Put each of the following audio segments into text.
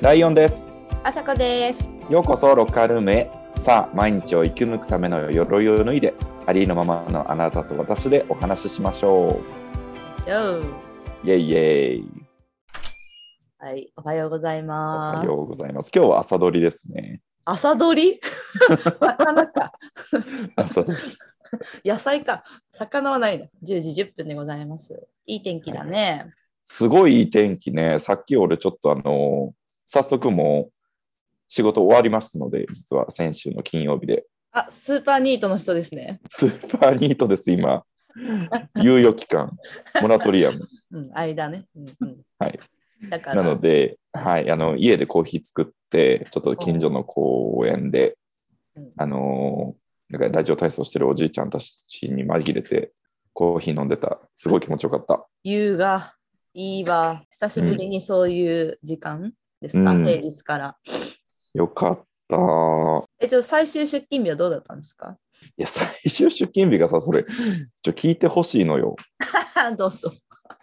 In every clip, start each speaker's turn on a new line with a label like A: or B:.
A: ライオンです。
B: あさこです。
A: ようこそロッカールームへ。さあ、毎日を生き抜くための鎧を脱いで、ありのままのあなたと私でお話ししましょ
B: ショー
A: う。イェイイェイ。
B: はい、おはようござい
A: お
B: ま
A: は
B: す
A: よ。うございます。今日は朝撮りですね。
B: 朝取り 魚か。
A: 朝撮り。
B: 野菜か。魚はないの。10時10分でございます。いい天気だね。
A: すごいいい天気ね。さっき俺ちょっとあの、早速もう仕事終わりますので、実は先週の金曜日で。
B: あ、スーパーニートの人ですね。
A: スーパーニートです、今。猶予期間、モラトリアム。
B: うん、間ね。うんうん、
A: はい。
B: だか
A: な
B: ら、
A: ので、はい、あの家でコーヒー作って、ちょっと近所の公園で、
B: うん
A: あのーなんかラジオ体操してるおじいちゃんたちに紛れて、コーヒー飲んでた。すごい気持ちよかった。
B: 優雅、いいわ。久しぶりにそういう時間ですか、
A: うん
B: 平日から。
A: よかった。い
B: え、ちょっと最終出勤日はどうだったんで すか
A: や、最終出勤日がさ、それ、ちょ聞いてほしいのよ。
B: どうぞ。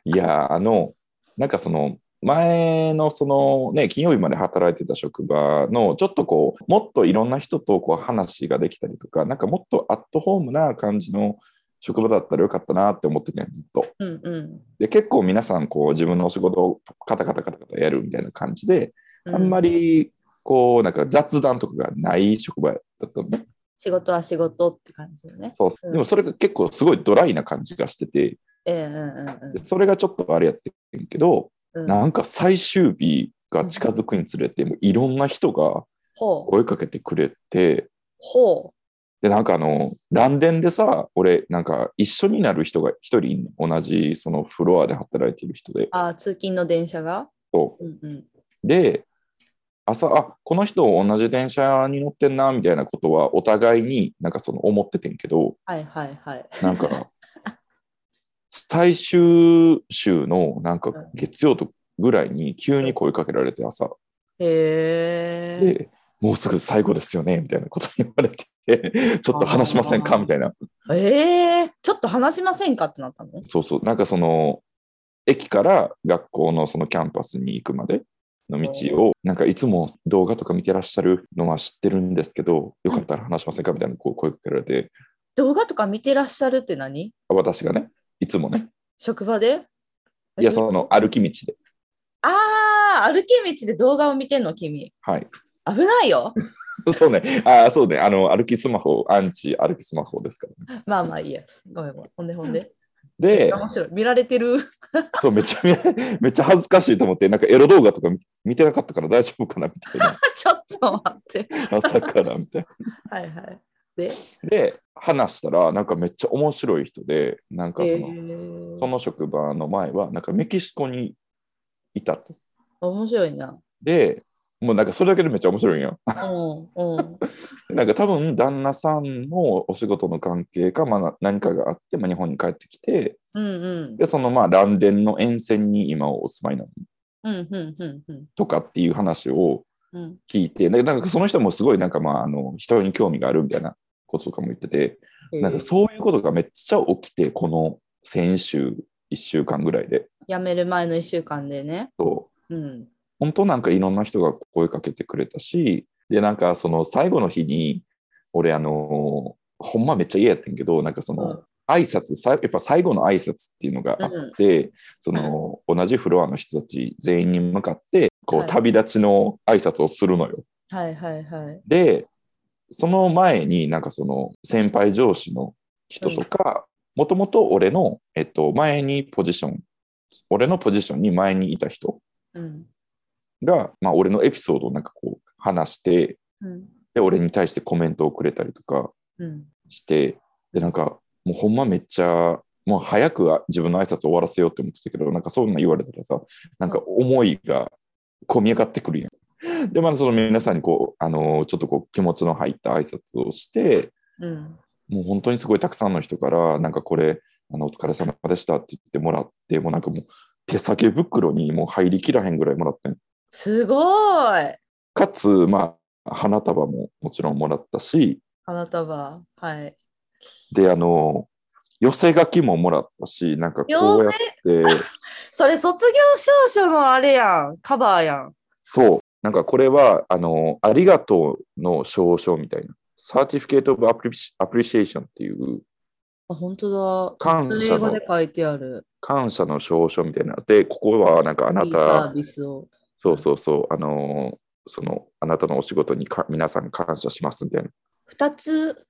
A: いや、あの、なんかその、前のそのね、金曜日まで働いてた職場の、ちょっとこう、もっといろんな人とこう話ができたりとか、なんかもっとアットホームな感じの職場だったらよかったなって思ってて、ずっと。
B: うんうん。
A: で、結構皆さん、こう、自分のお仕事をカタカタカタカタやるみたいな感じで、あんま
B: り。
A: り、こう、なんか雑談とかがない職場だったのね。
B: 仕事は仕事って感じよね。
A: そうでもそれが結構すごいドライな感じがしてて、
B: ええうんうん
A: でそれがちょっとあれやってんけど、
B: うん。うん
A: なんか最終日が近づくにつれて、もういろんな人が
B: ほう。
A: 声かけてくれて、
B: ほ
A: で、なんかあの、乱電でさ、俺、なんか一緒になる人が一人いんの、同じそのフロアで働いてる人で
B: う。。あー通勤の電車が。
A: そ
B: うんうん。
A: うで、朝、あこの人同じ電車に乗ってんな、みたいなことは、お互いになんかその思っててんけど、
B: はいはいはい。
A: なんか、最終週のなんか月曜とぐらいに急に声かけられて、朝。
B: へえ。
A: で、もうすぐ最後ですよねみたいなこと言われて、ちょっと話しませんか
B: あー
A: みたいな、
B: ええちょっと話しませんかってなったの
A: そうそう、なんかその、駅から学校のそのキャンパスに行くまでの道を、なんかいつも動画とか見てらっしゃるのは知ってるんですけど、よかったら話しませんかみたいなこう声かけられて、
B: 動画とか見てらっしゃるって何
A: あ私がね、いつもね、
B: 職場で
A: いや、その歩き道で、
B: ああ、歩き道で動画を見てんの、君。
A: はい。
B: 危ないよ。
A: そうね、あーそうね、あの、歩きスマホ、アンチ歩きスマホですから、ね。
B: まあまあいいや。ごめんごめん。ほんでほんで。
A: で、
B: 面白い。見られてる。
A: そう、めっちゃ見られ、めっちゃ恥ずかしいと思って、なんかエロ動画とか見見てなかったから大丈夫かなみたいな。
B: ちょっと待って。
A: 朝からみたい
B: はいはい。で、
A: な。で話したらなんかめっちゃ面白い人でなんかその,、
B: ー
A: その職場の前はなんかメキシコにいたと。
B: 面白いな。
A: でもうなんかそれだけでめっちゃ面白いんよ。
B: うんうん。
A: なんか多分旦那さんのお仕事の関係か、まあ、な何かがあって、まあ、日本に帰ってきて
B: うんうん。
A: でそのまあ蘭電の沿線に今お住まいなの
B: うんうんうんうん
A: とかっていう話を
B: うん。
A: 聞いてでなんかその人もすごいなんかまああの人に興味があるみたいなこととかも言ってて。なんかそういうことがめっちゃ起きて、この先週1週間ぐらいで。
B: 辞める前の1週間でね。
A: そう
B: うん。
A: 本当なんかいろんな人が声かけてくれたし、で、なんかその最後の日に、俺あのーほんまめっちゃ嫌やってんけど、なんかその、挨拶さやっぱ最後の挨拶っていうのがあって、その同じフロアの人たち全員に向かってこ
B: は
A: う
B: い
A: 旅立ちの挨拶をするのよ。
B: はいはいはい。
A: で、その前になんかその先輩上司の人とか、もともと俺の、えっと、前にポジション、俺のポジションに前にいた人
B: うん。
A: が、まあ、俺のエピソードをなんかこう話して、
B: うん。
A: で、俺に対してコメントをくれたりとか
B: うん。
A: して、で、なんかもうほんまめっちゃ、もう早くあ自分の挨拶終わらせようって思ってたけど、なんかそんなん言われたらさ、なんか思いが込み上がってくるやん。で、まあ、その皆さんにこう、あのーちょっとこう気持ちの入った挨拶をして、
B: うん。
A: もう本当にすごいたくさんの人から、なんかこれ、あのお疲れ様でしたって言ってもらって、もうなんかもう手提げ袋にもう入りきらへんぐらいもらってん
B: すごい
A: かつ、まあ、花束ももちろんもらったし、
B: 花束。はい。
A: で、あの、寄せ書きももらったし、なんかこうやって、
B: それ卒業証書のあれやん。カバーやん。
A: そう、なんかこれは、あの、ありがとうの証書みたいな。サーティフィケート・オブ・アプリシエーションっていう
B: あ、本当だ。
A: 感謝の
B: 英語で書いてある。
A: 感謝の証書みたいな。で、ここはなんかあない
B: いサー
A: た、
B: ビスを。
A: そうそうそう、あの、その、あなたのお仕事にか皆さん感謝しますみたいな。
B: 二つ、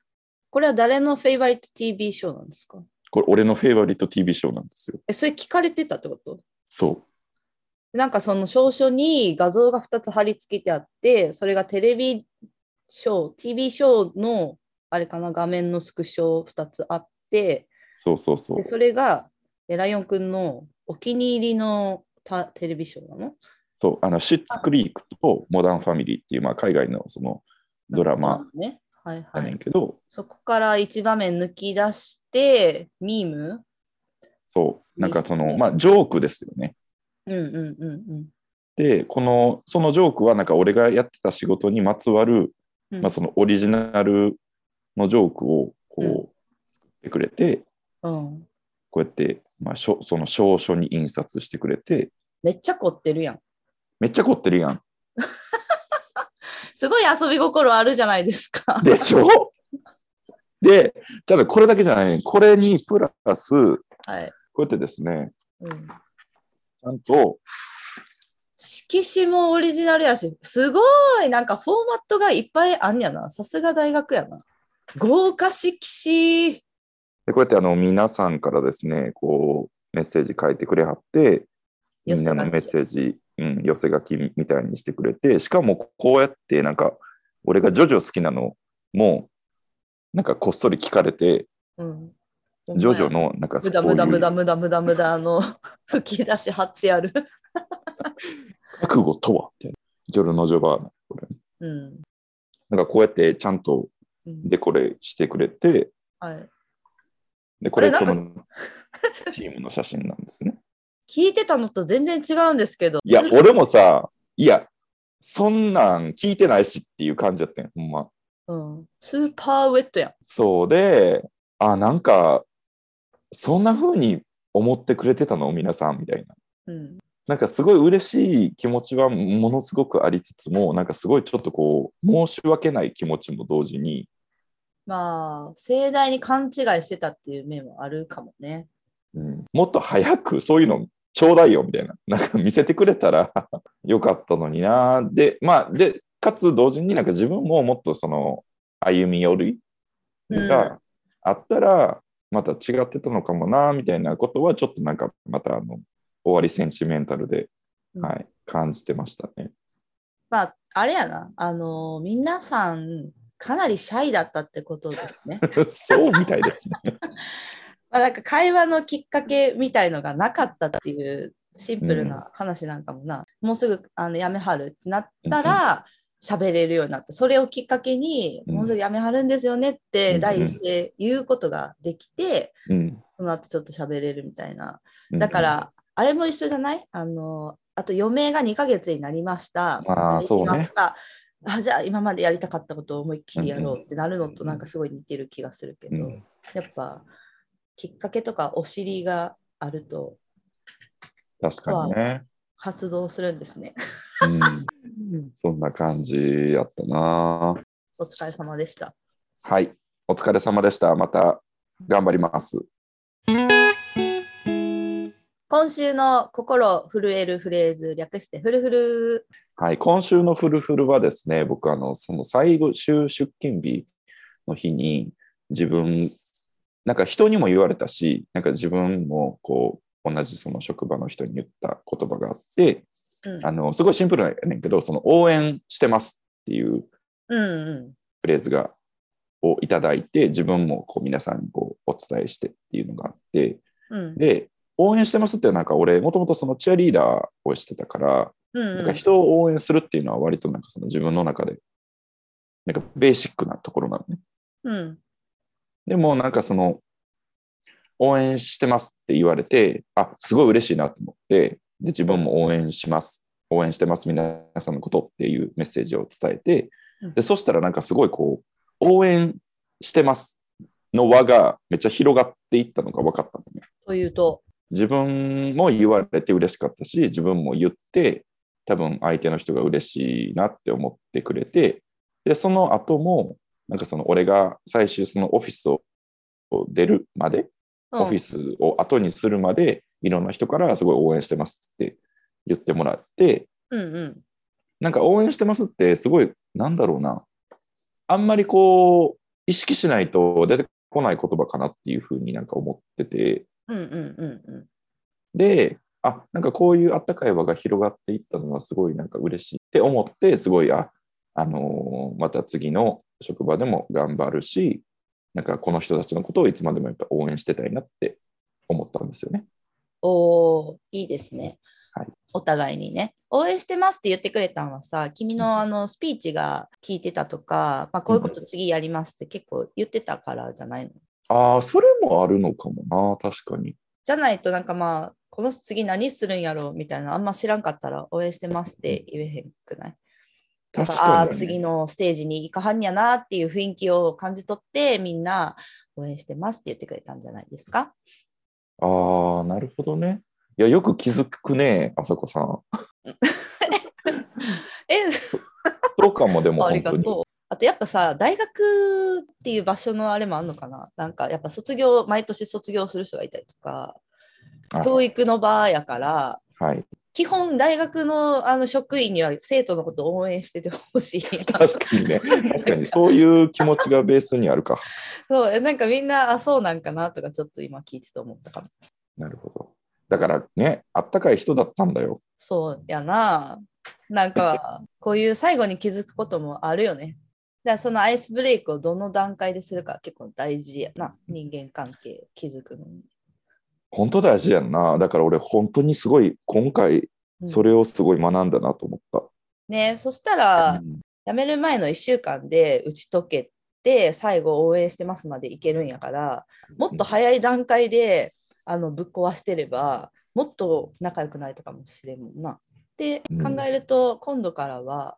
B: これは誰のフェイバリット TV ショーなんですか
A: これ、俺のフェイバリット TV ショーなんですよ。
B: え、それ聞かれてたってこと
A: そう。
B: なんかその証書に画像が2つ貼り付けてあって、それがテレビショー、TV ショーの、あれかな、画面のスクショ2つあって、
A: そうそうそう
B: で。それが、えライオンくんのお気に入りのたテレビショーなの
A: そう、あの、シッツ・クリークとモダン・ファミリーっていう、まあ、海外のそのドラマ。
B: ね。はい
A: や
B: は
A: ねん
B: い。
A: けど、
B: そこから一場面抜き出して、ミーム
A: そう、なんかその、まあ、ジョークですよね。
B: うんうんうんうん。
A: で、この、そのジョークは、なんか俺がやってた仕事にまつわる、
B: うん
A: まあ、そのオリジナルのジョークを、こう、
B: うん
A: 作ってくれて、
B: うん、
A: こうやって、まあ、しょその証書に印刷してくれて、
B: めっちゃ凝ってるやん。
A: めっちゃ凝ってるやん。
B: すごい遊び心あるじゃないですか。
A: でしょで、ただこれだけじゃない。これにプラス、こ
B: はい。
A: うやってですね、
B: うん
A: ちゃんと、
B: 色紙もオリジナルやし、すごいなんかフォーマットがいっぱいあんやな。さすが大学やな。豪華色紙。
A: でこうやってあの皆さんからですね、こうメッセージ書いてくれはって、みんなのメッセージ、うん、寄せ書きみたいにしてくれて、しかもこうやってなんか、俺がジョジョ好きなのも、なんかこっそり聞かれて、
B: うん、
A: ジョジョ。のなんか
B: 無駄無駄
A: こうい
B: 無
A: う
B: 駄無駄無駄無駄あの 吹き出し貼ってある。
A: 覚悟とはみたいなジョルノジョバーナこれ
B: うん。
A: なんかこうやってちゃんと
B: うん
A: デコレしてくれて、
B: はい、
A: で、これ
B: こ
A: そ
B: れなん
A: のチームの写真なんです ね。
B: 聞いてたのと全然違うんですけど。
A: いや
B: そ、れ
A: 俺もさ、いや、そんなん聞いてないしっていう感じだったんよほんま。
B: うん、スーパーウェットやん。
A: そうで、あ、なんか、そんな風に思ってくれてたの皆さんみたいな。
B: うん、
A: なんかすごい嬉しい気持ちはものすごくありつつも、なんかすごいちょっとこう、申し訳ない気持ちも同時に、
B: まあ、盛大に勘違いしてたっていう面もあるかもね。
A: うん、もっと早くそういうのちょうだいよみたいな、 なんか見せてくれたら よかったのにな。で、まあ、で、かつ同時になんか自分ももっとその歩み寄り
B: うん
A: があったら、また違ってたのかもな、みたいなことは、ちょっとなんかまたあの、終わりセンチメンタルで、
B: うん
A: はい、感じてましたね。
B: まあ、あれやな、あのー皆さん、かなりシャイだったってことですね。
A: そうみたいですね。
B: まあ、なんか会話のきっかけみたいのがなかったっていうシンプルな話なんかもな、もうすぐあのやめはるってなったら、喋れるようになって、それをきっかけに、
A: うん
B: もうすぐやめはるんですよねっ
A: うんう
B: て、
A: ん
B: 第一声言うことができて、
A: うん。
B: その後ちょっと喋れるみたいな。
A: うん
B: だか、ら、あれも一緒じゃないあの、あと余命が2ヶ月になりました。
A: あーそうね
B: 行きますかあじゃあ今までやりたかったことを思いっきりやろうってなるのとなんかすごい似てる気がするけ
A: う
B: ど、
A: ん、
B: やっぱきっかけとかお尻があると
A: 確かにね。
B: 発動するんですね。
A: うん、そんな感じやったな。
B: お疲れ様でした。
A: はい。お疲れ様でした。また頑張ります。
B: 今週の心震えるフレーズ略してフルフル
A: はい。今週のフルフルはですね、僕、あの、その最後、週出勤日の日に、自分、なんか人にも言われたし、なんか自分も、こう、同じその職場の人に言った言葉があって、
B: うん
A: あの、すごいシンプルなんやねんけど、その応援してますっていう
B: うんう
A: フレーズが、をいただいて、自分もこう皆さんにこうお伝えしてっていうのがあって、
B: んうん
A: で、応援してますってなんか俺、もともとそのチアリーダーをしてたから、
B: うん
A: なん
B: う
A: か
B: ん
A: 人を応援するっていうのは割となんかその自分の中で、なんかベーシックなところなのね。
B: うん
A: でもなんかその、応援してますって言われて、あ、すごい嬉しいなと思って、で、自分も応援します。応援してます、皆さんのことっていうメッセージを伝えて
B: うん、
A: で、そしたらなんかすごいこう、応援してますの輪がめっちゃ広がっていったのが分かったのね。
B: というと、
A: 自分も言われて嬉しかったし自分も言って多分相手の人が嬉しいなって思ってくれて、で、その後も、なんかその俺が最終そのオフィスを出るまで、オフィスを後にするまで、いろんな人からすごい応援してますって言ってもらって、
B: うんうん。
A: なんか応援してますって、すごい、なんだろうな、あんまりこう、意識しないと出てこない言葉かなっていうふうになんか思ってて、
B: うんうんうんうん。
A: で、あなんかこういうあったかい輪が広がっていったのはすごいなんか嬉しいって思って、すごい、あ、あのーまた次の職場でも頑張るし、なんかこの人たちのことをいつまでもやっぱ応援してたいなって思ったんですよね。
B: おーいいですね、
A: はい
B: お互いにね応援してますって言ってくれたのはさ君のあのスピーチが聞いてたとか、まあ、こういうこと次やりますって結構言ってたからじゃないの
A: ああ、それもあるのかもな、確かに。
B: じゃないとなんかまあこの人次何するんやろうみたいなあんま知らんかったら応援してますって言えへんくないなん
A: 確
B: か
A: かに、
B: ああー次のステージに行かはんやなっていう雰囲気を感じ取ってみんな応援してますって言ってくれたんじゃないですか
A: ああ、なるほどね。いや、よく気づくね、あさこさん。
B: え
A: そうかも、でも
B: あ
A: 本
B: りが
A: 当に。
B: とう。あとやっぱさ大学っていう場所のあれもあるのかななんかやっぱ卒業毎年卒業する人がいたりとか
A: あ
B: 教育の場やから
A: はい。
B: 基本大学のあの職員には生徒のことを応援しててほしい
A: 確かにね。確かに、そういう気持ちがベースにあるか。
B: そうえなんかみんなあそうなんかなとかちょっと今聞いてて思ったかも
A: なるほど。だからね、あったかい人だったんだよ。
B: そうやななんかこういう最後に気づくこともあるよねだからそのアイスブレイクをどの段階でするか結構大事やな人間関係気づくのに、
A: 本当大事やんな。だから俺、本当にすごい、今回、
B: うん
A: それをすごい学んだなと思っ
B: ね、そした
A: た。
B: ら
A: う、ん
B: 辞める前の1週間で打ち解けて、最後、応援してますまでいけるんやから、もっと早い段階であのぶっ壊してれば、もっと仲良くなれたかもしれんもんな。って
A: うん
B: 考えると、今度からは、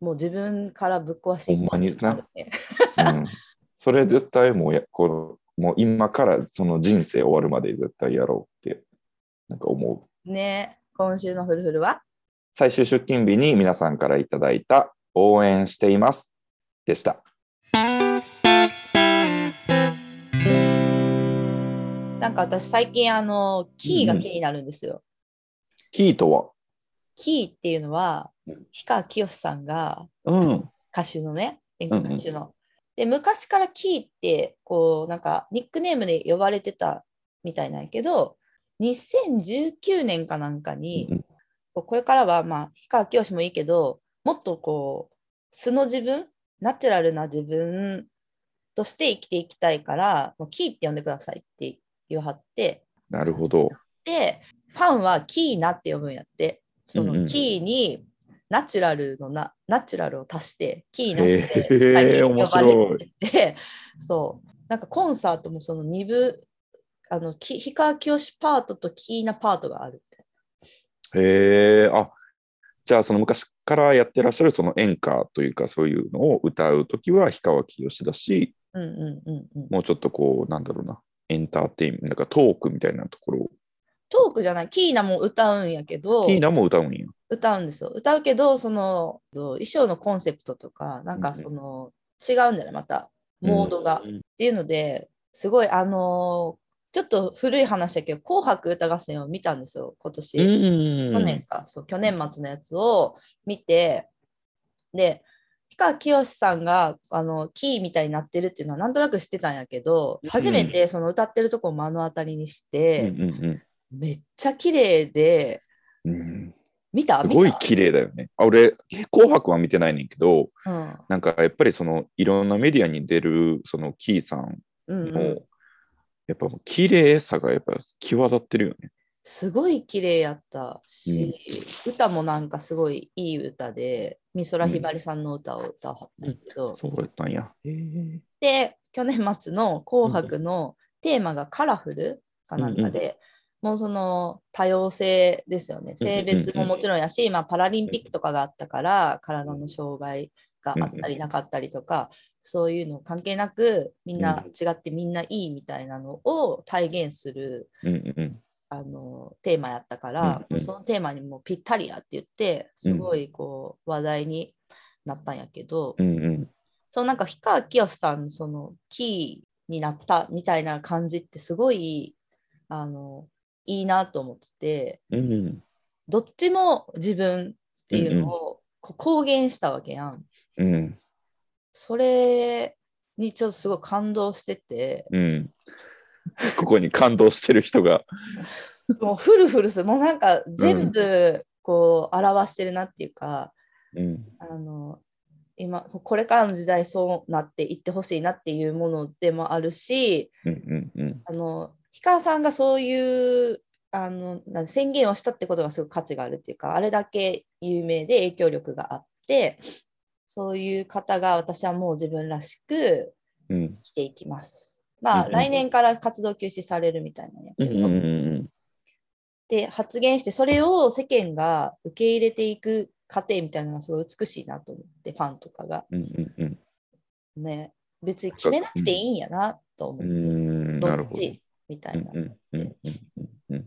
B: もう自分からぶっ壊してい
A: ほんまにな
B: ね
A: うんそれ絶対もうやこの、もう今からその人生終わるまで絶対やろうって、なんか思う。
B: ね、今週のフルフルは
A: 最終出勤日に皆さんからいただいた応援していますでした。
B: なんか私、最近、あの、キーが気になるんですよ。
A: キーとは
B: キーっていうのは
A: うん、
B: 氷川きよしさんが、
A: うん。
B: 歌手のね演
A: うんう
B: 歌
A: ん
B: 歌手の。で昔からキーってこうなんかニックネームで呼ばれてたみたいなんやけど2019年かなんかに、
A: うん
B: こうこれからはまあ氷川きよしもいいけどもっとこう素の自分ナチュラルな自分として生きていきたいからもうキーって呼んでくださいって言わはって
A: なるほど。
B: でファンはキーナって呼ぶんやってそ
A: うんう
B: の
A: ん
B: キーにナチュラルのなナチュラルを足してキーナって
A: へえ、面白い。
B: で そうなんかコンサートもその2部あのき氷川きよしパートとキーナパートがあるって
A: へえ、あじゃあその昔からやってらっしゃるその演歌というかそういうのを歌うときは氷川きよしだし、
B: うんうんうんうん
A: もうちょっとこう、なんだろうな、エンターテインメント、なんかトークみたいなところを、
B: トークじゃないキーナも歌うんやけど
A: キーナも歌うんや。
B: 歌うんですよ歌うけどそのどう衣装のコンセプトとかなんかその、違うんじゃないまたモードが、
A: う
B: っ
A: ん
B: ていうのですごいあのーちょっと古い話だけど「紅白歌合戦」を見たんですよ今年。
A: うん。
B: 去年か、そう去年末のやつを見てで氷川きよしさんがあのキーみたいになってるっていうのはなんとなく知ってたんやけど
A: うん
B: 初めてその歌ってるとこを目の当たりにし
A: うん
B: て、
A: うん
B: めっちゃ綺麗で
A: うんうん。
B: 見た
A: すごい
B: 見
A: 綺麗だよね。あ俺、紅白は見てないねんけど、
B: たうん
A: なんかやっぱりそのいろんなメディアに出るそのキーさん
B: うんうん
A: の、やっぱもう綺麗さがやっぱ際立ってるよね。
B: すごい綺麗やったし、歌もなんかすごいいい歌で美空ひばりさんの歌を歌わはったんやけど、
A: そうだったんや。へえ
B: で去年末の「紅白」のテーマが「カラフル」かなんかで、もうその多様性ですよね性別ももちろんやし、まあ、パラリンピックとかがあったから体の障害があったりなかったりとか、そういうの関係なくみんな違ってみんないいみたいなのを体現する
A: うんうん
B: あのテーマやったから、
A: うんうん
B: そのテーマにもうぴったりやって言ってすごいこう話題になったんやけど、
A: うんうん
B: そのなんか氷川きよしさんのそのキーになったみたいな感じってすごいあのいいなと思ってて
A: うんうん
B: どっちも自分っていうのをこう公言したわけやん。
A: うん
B: それにちょっとすごい感動してて
A: うんここに感動してる人が
B: もうフルフルするもうなんか全部こう表してるなっていうか。
A: うん
B: あの今これからの時代そうなっていってほしいなっていうものでもあるし
A: うんうんうん
B: あの氷川さんがそういうあのなん宣言をしたってことがすごく価値があるっていうかあれだけ有名で影響力があってそういう方が私はもう自分らしく
A: うん
B: 生きていきます。まあ、
A: うんうん
B: 来年から活動休止されるみたいなんや
A: う
B: け
A: ん
B: ど、
A: うんうん
B: で発言してそれを世間が受け入れていく過程みたいなのがすごい美しいなと思ってファンとかが。
A: うんうんうん
B: ね、別に決めなくていいんやなと思
A: う
B: う。
A: ん
B: ど
A: なる
B: っ
A: ほど
B: ちみたいな。
A: うんうんうんうんうんうん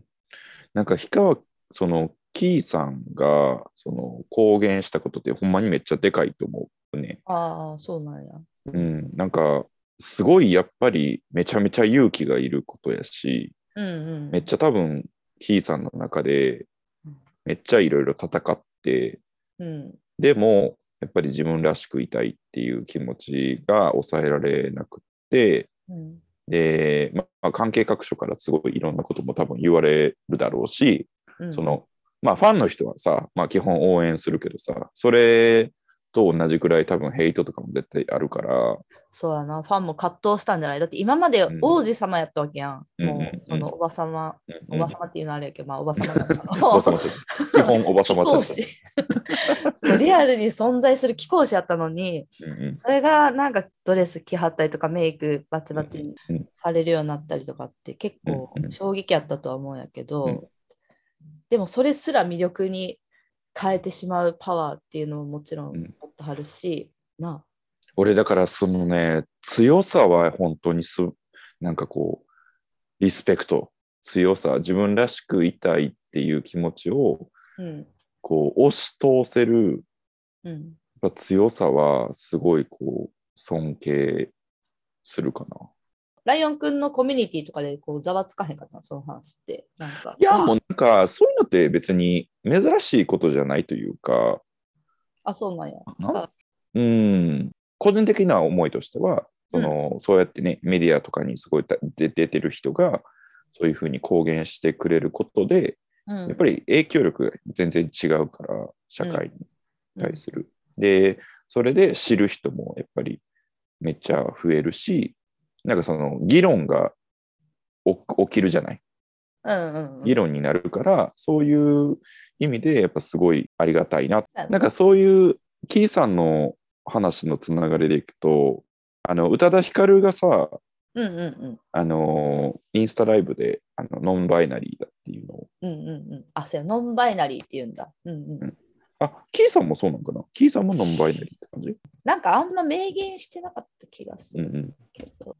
A: なんか氷川そのキーさんがその公言したことってほんまにめっちゃでかいと思うね。
B: ああ、そうなんや。
A: うん、なんかすごいやっぱりめちゃめちゃ勇気がいることやし
B: うんうん。
A: めっちゃ多分キーさんの中で
B: うん
A: めっちゃいろいろ戦って
B: うん。
A: でもやっぱり自分らしくいたいっていう気持ちが抑えられなくって
B: うん。
A: で、ままあ、関係各所からすごいいろんなことも多分言われるだろうし、
B: うん
A: そ、の、まあ、ファンの人はさ、まあ、基本応援するけどさ、それと同じくらい多分ヘイトとかも絶対あるから、
B: そうやな。ファンも葛藤したんじゃないだって今まで
A: うん
B: 王子様やったわけやん。
A: うんうんうん
B: もう、そのおばさま、おばさまっていうのはあれやけど、まあ、おばさまだった の。
A: おばさまたち。基本おばさ
B: 貴
A: ま
B: 公
A: た ち。
B: 子 そうリアルに存在する貴公子やったのに
A: うん
B: それがなんかドレス着はったりとかメイクバチバチに
A: うんうん
B: されるようになったりとかって結構
A: うんうん
B: 衝撃やったとは思うんやけど、
A: うん
B: でもそれすら魅力に変えてしまうパワーっていうのももちろん
A: うん
B: 持ってはるし、な
A: 俺だからそのね、強さは本当にす、なんかこう、リスペクト、強さ、自分らしくいたいっていう気持ちを、
B: あ、うん
A: こう、押し通せる
B: うん、
A: やっぱ強さはすごいこう、尊敬するかな。
B: ライオンくんのコミュニティとかでこうざわつかへんかったその話ってなんか
A: いや、
B: あ
A: もうなんか、そういうのって別に珍しいことじゃないというか、
B: あそうなんや
A: なうん、個人的な思いとしては、そのそうやってね、メディアとかにすごいた出出てる人が、そういうふうに公言してくれることで、
B: や
A: やっぱ
B: り
A: り影響力が全然違うから、社会に対する。で、それで知る人もやっぱりめっちゃ増えるし、なんかその議論が起起きるじゃない。
B: うんうんうん
A: 議論になるから、そういう意味でやっぱすごいありがたいな。
B: そうやな
A: なんかそういうキーさんの話のつながりでいくと、あの宇多田ヒカルがさ、
B: うんうんうん
A: あのインスタライブであのノンバイナリーだっていうのを。
B: うんうんうんあそうやノンバイナリーって言うんだうんうん
A: あ、キーさんもそうなのかなキーさんもノンバイナリーって感じ
B: なんかあんま明言してなかった気がす
A: うん
B: るけど、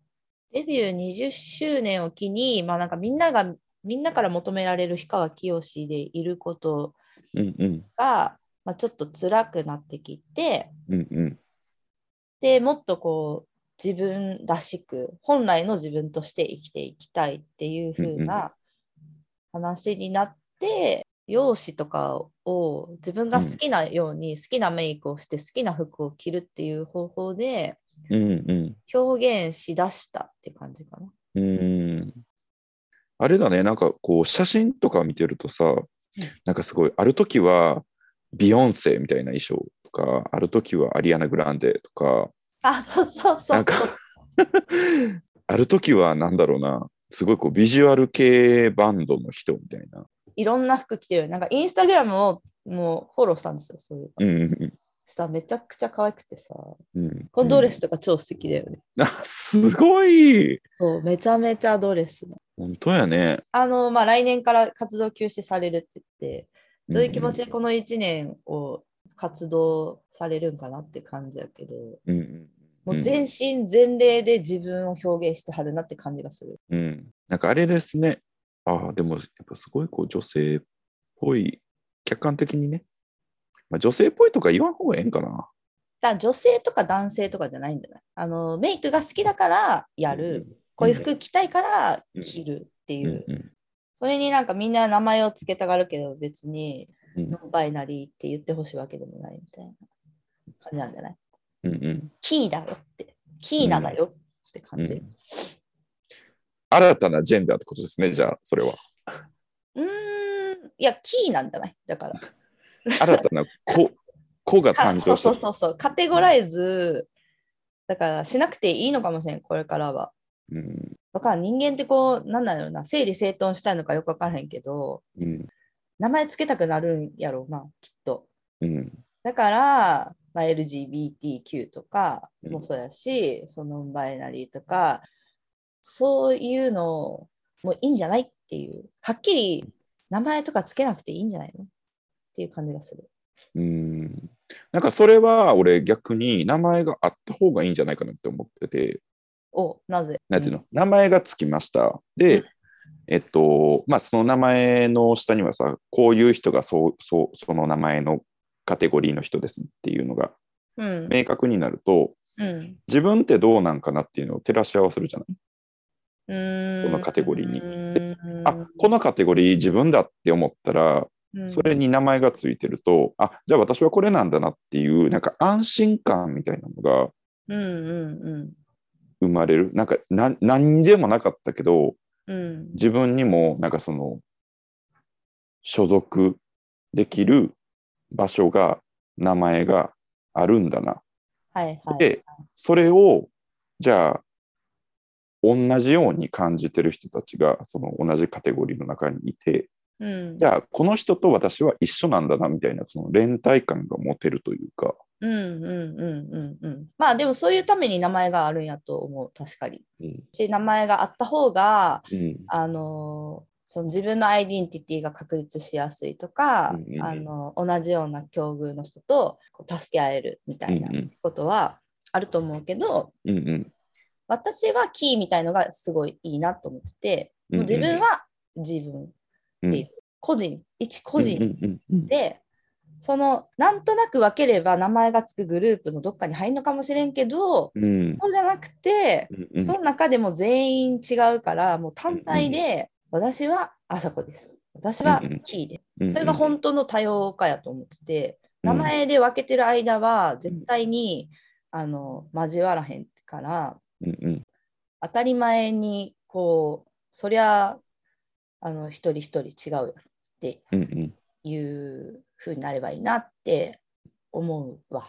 B: デビュー20周年を機に、まあなんかみんなが、みんなから求められる氷川きよしでいること
A: うん。うんうん。
B: が、まあ、ちょっと辛くなってきて、
A: うんうん。
B: でもっとこう、自分らしく、本来の自分として生きていきたいっていう風な話になって、容姿とかを自分が好きなように、好きなメイクをして、好きな服を着るっていう方法で、
A: うんうん。
B: 表現しだしたって感じかな。
A: うーんあれだね、なんかこう写真とか見てるとさ、なんかすごい、ある時はビヨンセみたいな衣装とか、ある時はアリアナ・グランデとか、
B: あ、そうそうそう。
A: なんかある時はなんだろうな、すごいこうビジュアル系バンドの人みたいな。
B: いろんな服着てる。なんかインスタグラムをもうフォローしたんですよ。そういう。
A: うんうん
B: さ、めちゃくちゃ可愛くてさ。
A: うんうん、
B: このドレスとか超素敵だよね。
A: あすごい
B: そう、めちゃめちゃドレスの。
A: 本当やね。
B: あの、まあ、来年から活動休止されるって言って、どういう気持ち
A: で、
B: でこの1年を活動されるんかなって感じやけど、
A: うんうん
B: もう全身全霊で自分を表現してはるなって感じがする。
A: うん、なんかあれですね、ああ、でもやっぱすごいこう女性っぽい、客観的にね。まあ、女性っぽいとか言わん方がええんかな。
B: だから女性とか男性とかじゃないんじゃないあのメイクが好きだからやる、こういう服着たいから着るって
A: う
B: い
A: ん
B: う、
A: うん
B: それになんかみんな名前を付けたがるけど別に
A: うん
B: ノンバイナリーって言ってほしいわけでもないみたいな感じなんじゃない
A: うんうん
B: キーだよってキーナだよって
A: う
B: 感じ、
A: ん新たなジェンダーってことですね、じゃあ、それは。
B: うーんいやキーなんじゃない だから
A: 新たな 子子が誕生
B: あ
A: し
B: そうそう
A: た。
B: そうそうカテゴライズだからしなくていいのかもしれんこれからは
A: うん
B: わからん人間ってこうなんなんやろな整理整頓したいのかよくわからへんけど
A: うん
B: 名前つけたくなるんやろうなきっと
A: うん
B: だから、まあ、LGBTQ とか
A: うん
B: もそうやし、そのノンバイナリーとかそういうのもいいんじゃないっていうはっきり名前とかつけなくていいんじゃないのっていう感じがする
A: うんなんかそれは俺逆に名前があった方がいいんじゃないかなって思ってて、
B: おなぜ
A: なんていうの、名前がつきました。で、
B: うん
A: えっと、まあその名前の下にはさ、こういう人がそうそうその名前のカテゴリーの人ですっていうのが
B: うん
A: 明確になると、
B: うん
A: 自分ってどうなんかなっていうのを照らし合わせるじゃない。
B: うーん
A: このカテゴリーに
B: に
A: あこのカテゴリー自分だって思ったら、それに名前がついてると、あじゃあ私はこれなんだなっていう、なんか安心感みたいなのが
B: うんうんうん
A: 生まれる。なんかな何でもなかったけど、
B: うん
A: 自分にもなんかその、所属できる場所が、名前があるんだな。
B: はいはい。
A: で、それを、じゃあ、同じように感じてる人たちが、その同じカテゴリーの中にいて、
B: うん
A: じゃあ、この人と私は一緒なんだな、みたいな、その連帯感が持てるというか、
B: うんうんうんうんうん。まあでもそういうために名前があるんやと思う、確かに。
A: うん
B: し名前があった方が、
A: うん
B: あのーその自分のアイデンティティが確立しやすいとか、
A: うんうんうん
B: あの同じような境遇の人とこう助け合えるみたいな
A: うんうん
B: ことはあると思うけど、
A: うんうん
B: 私はキーみたいのがすごいいいなと思ってて、もう自分は自分、
A: うん
B: っていう個人、一個人
A: うんうんうん
B: で、そのなんとなく分ければ名前がつくグループのどっかに入るのかもしれんけど、
A: うんうん
B: そうじゃなくて、
A: うん
B: その中でも全員違うから、もう単体で、私はあさこです。私はキーで
A: うん
B: す。それが本当の多様化やと思ってて、名前で分けてる間は絶対に、あの交わらへんから、
A: うんうん
B: 当たり前にこうそりゃあの一人一人違うよって
A: うんうん
B: いう風になればいいなって思う わ。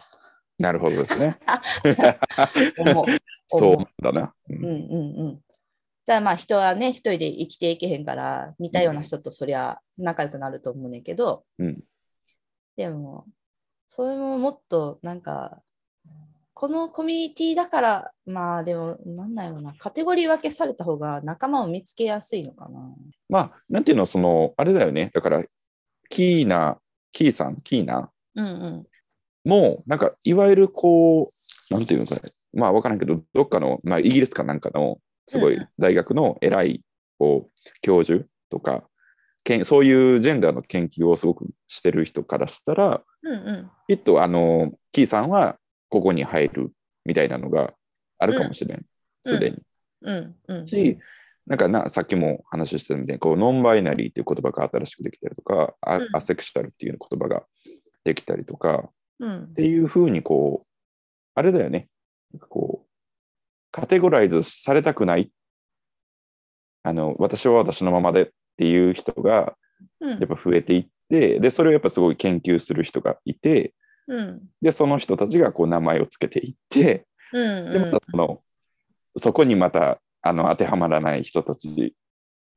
A: なるほどです ね
B: 思う。
A: そう
B: 思
A: だな
B: う。うんうんうん。ただまあ人はね一人で生きていけへんから似たような人とそりゃ仲良くなると思うねんけど、
A: うん
B: でもそれももっとなんかこのコミュニティだからまあでもなんだろうなカテゴリー分けされた方が仲間を見つけやすいのかな。
A: まあなんていうのそのあれだよねだからキーナキーさんキーナ
B: うんうん
A: もなんかいわゆるこうなんていうのかねまあ分からんけどどっかの、まあ、イギリスかなんかのすご
B: うんう
A: い大学の偉いこう教授とかけんそういうジェンダーの研究をすごくしてる人からしたら
B: うんうん
A: きっとあのキーさんはここに入るみたいなのがあるかもしれん、すでに。
B: うんうん
A: し、なんかなさっきも話してたみたいにこうノンバイナリーっていう言葉が新しくできたりとか、あ
B: うん
A: アセクシャルっていう言葉ができたりとか
B: うん
A: っていうふうにこうあれだよねなんかこうカテゴライズされたくないあの私は私のままでっていう人が
B: う
A: やっ
B: ん
A: ぱ増えていってでそれをやっぱすごい研究する人がいて、
B: うん
A: で、その人たちがこう名前をつけていって、
B: うん
A: で、またその、そこにまたあの当てはまらない人たち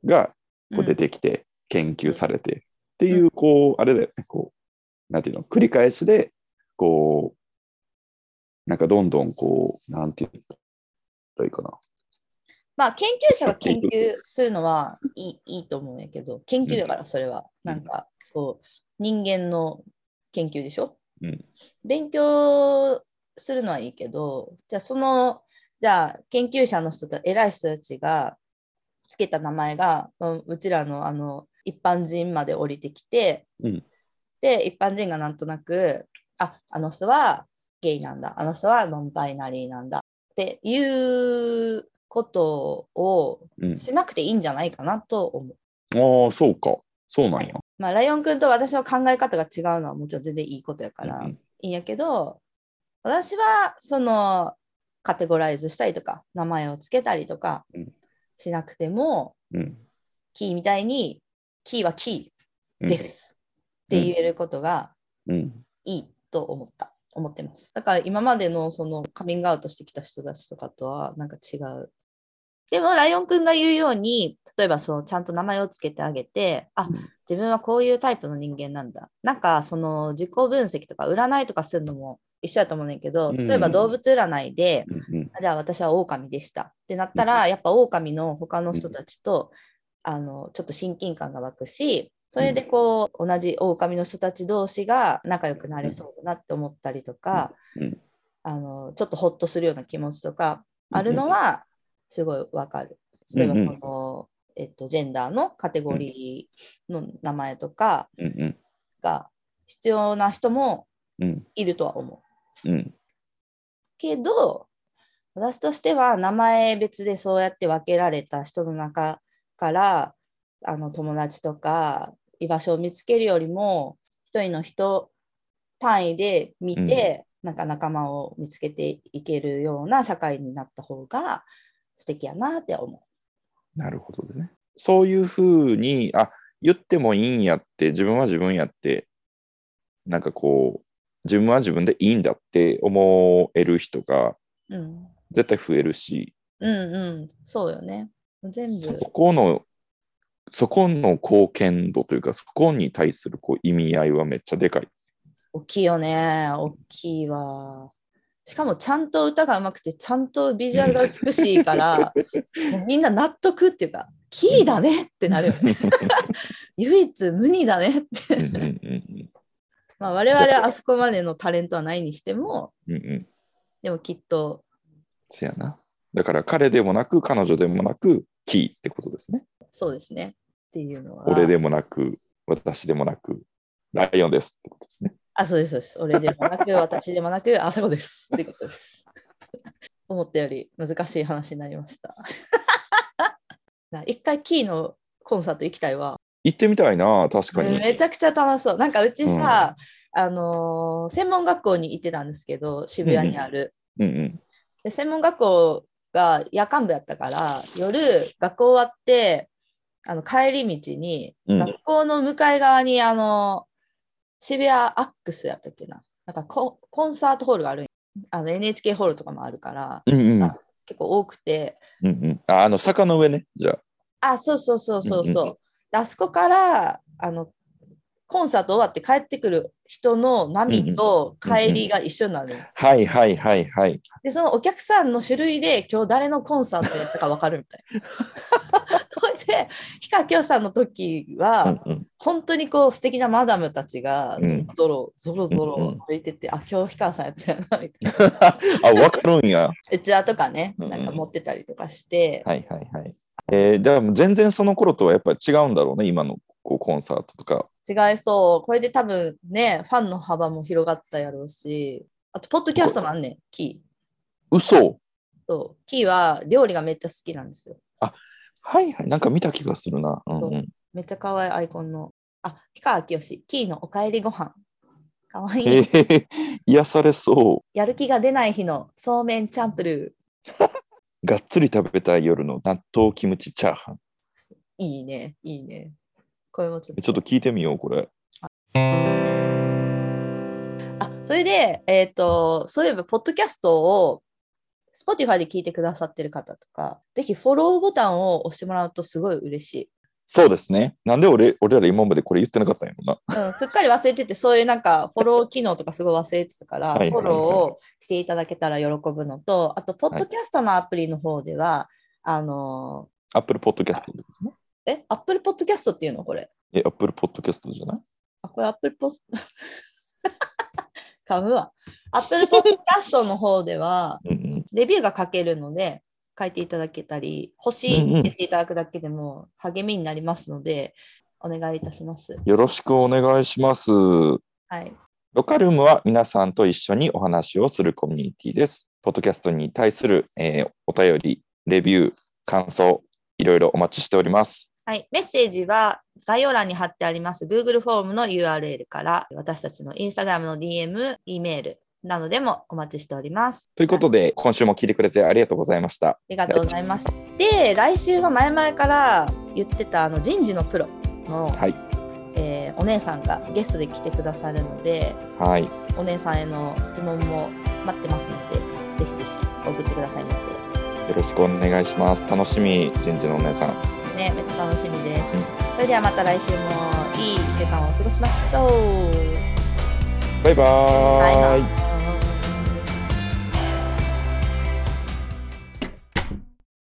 A: がこう出てきて、研究されてっていうう、こう、あれだよね、こう、なんていうの、繰り返しで、こう、なんかどんどんこう、なんていうといいかな。
B: まあ研究者が研究するのはいいいいと思うんやけど研究だからそれは
A: うん
B: なんかこう人間の研究でしょ、
A: うん
B: 勉強するのはいいけどじゃあそのじゃあ研究者の人た偉い人たちがつけた名前が、うんうちらのあの一般人まで降りてきて、
A: うん
B: で一般人がなんとなくああの人はゲイなんだあの人はノンバイナリーなんだっていうことを
A: うん。
B: しなくていいんじゃないかなと思う。
A: ああ、そうか。そうなんや。
B: まあ、ライオンくんと私の考え方が違うのはもちろん全然いいことやから、
A: うんうん
B: いいんやけど私はそのカテゴライズしたりとか名前をつけたりとか
A: うん
B: しなくても、
A: うん。
B: キーみたいにキーはキ
A: う
B: ー
A: ん
B: です、って言えることが
A: うん。
B: いいと思った思ってますだから今までのそのカミングアウトしてきた人たちとかとはなんか違うでもライオンくんが言うように例えばそのちゃんと名前をつけてあげてあ自分はこういうタイプの人間なんだ。なんかその自己分析とか占いとかするのも一緒やと思うねんけど、
A: うん
B: 例えば動物占いで、
A: うんうん。
B: あじゃあ私は狼でしたってなったら、やっぱ狼の他の人たちと、あのちょっと親近感が湧くし、それでこう、同じ狼の人たち同士が仲良くなれそうだなって思ったりとか、
A: うんうん
B: あのちょっとほっとするような気持ちとかあるのはすごいわかる。例えば
A: うんう
B: そ
A: ん
B: の、えっと、ジェンダーのカテゴリーの名前とか
A: うんうん。
B: が必要な人も
A: うん
B: いるとは思う。
A: うん。
B: けど私としては名前別でそうやって分けられた人の中からあの友達とか居場所を見つけるよりも一人の人単位で見て、なんか仲間を見つけていけるような社会になった方が素敵やなって思
A: なるほどね。そういうふうに、あ言ってもいいんやって、自分は自分やって、なんかこう、自分は自分でいいんだって思える人が
B: う。うん、
A: 絶対増えるし、
B: うん、うんそうよね。全部
A: そこの、そこの貢献度というか、そこに対するこう意味合いはめっちゃでかい。
B: 大きいよね大きいわしかもちゃんと歌がうまくてちゃんとビジュアルが美しいから もうみんな納得っていうかキーだねってなるよ ね唯一無二だねって
A: うんうんうん
B: まあ我々はあそこまでのタレントはないにしても
A: うんうんうん。
B: でもきっと
A: せやな。だから彼でもなく、彼女でもなく、キーってことですね。
B: そうですねっていうのは
A: 俺でもなく、私でもなく、ライオンですってことですね。
B: あそうですそうです俺でもな く私でもなくあさこですってことです思ったより難しい話になりました な一回キーのコンサート行きたいわ
A: 行ってみたいな、確かに。
B: めちゃくちゃ楽しそう。なんかうちさ、あのー専門学校に行ってたんですけど、渋谷にある。
A: うんうん。
B: で専門学校が夜間部やったから、夜学校終わって、あの帰り道に、
A: うん
B: 学校の向かい側に、あのー渋谷アックスやったっけな。なんかココンサートホールがある。あの NHK ホールとかもあるから、
A: うんうんうん
B: 結構多くて、
A: うんうん。ああの、坂の上ね。じゃあ。
B: あ、そうそうそうそうそう。
A: うんう
B: であそこからあのコンサート終わって帰ってくる人の波と
A: うんうん
B: 帰りが一緒になるんです、
A: はいはいはいはい。
B: で、そのお客さんの種類で今日誰のコンサートやったか分かるみたい な。ほいで、氷川きよしさんの時は、
A: うんうん
B: 本当にこう素敵なマダムたちが
A: うん
B: ゾロゾロゾロゾ
A: うんう
B: ロ
A: ん
B: 歩いてて、あ、今日氷川さんやったよな、みたいな。
A: あ、わかるんや。
B: 器とかね、
A: うんうん
B: なんか持ってたりとかして、
A: はいはいはい。えー、でも全然その頃とはやっぱり違うんだろうね、今のこうコンサートとか。
B: 違いそう。これで多分ね、ファンの幅も広がったやろうし、あと、ポッドキャストもあんねん、キー。
A: 嘘
B: そう。キーは料理がめっちゃ好きなんですよ。
A: はいはい、なんか見た気がするな。うんうん、
B: めっちゃ可愛いアイコンの。あ、氷川きよし、キーのおかえりご飯。可愛い
A: えー、癒されそ
B: やる気が出ない日のそうめんチャンプル
A: う。がっつり食べたい夜の納豆キムチチャーハン。
B: ー。いいね、いいね。これもちょっと。
A: ちょっと聞いてみよう、これ。
B: あ、それで、えっ、と、そういえば、ポッドキャストを Spotify で聞いてくださってる方とか、ぜひフォローボタンを押してもらうとすごい嬉しい。
A: そうですね。なんで俺俺ら今までこれ言ってなかったんやろな。
B: うん、すっかり忘れてて、そういうなん かフォロー機能とかすごい忘れてたから、
A: はいはいはい
B: フォローをしていただけたら喜ぶのと、あと、ポッドキャストのアプリの方では、あの
A: Apple Podcast ってことね。
B: ー、え、Apple Podcast っていうのこれ。
A: え、Apple Podcast じゃない
B: あ、これ Apple Post。噛むわ。Apple Podcast の方では、
A: うん
B: レビューが書けるので、書いていただけたり、星入れていただくだけでも励みになりますので、お願いいたします。
A: よろしくお願いします。
B: はい。
A: ロカルームは皆さんと一緒にお話をするコミュニティです。ポッドキャストに対する、えーお便り、レビュー、感想、いろいろお待ちしております。
B: はい、メッセージは概要欄に貼ってあります Google フォームの URL から私たちの Instagram の DM、E メールなどでもお待ちしております。
A: ということで、今週も聞いてくれてありがとうございました。
B: ありがとうございます。で、来週は前々から言ってたあの人事のプロの、
A: はい。
B: えーお姉さんがゲストで来てくださるので、
A: はい。
B: お姉さんへの質問も待ってますので、ぜひぜひ送ってくださいませ。
A: よろしくお願いします。楽しみ、人事のお姉さん。
B: ね、めっちゃ楽しみです。
A: うん
B: それではまた来週もいい1週間をお過ごしましょう。
A: バイバー
B: バイバ
A: イ
B: イ。ừ,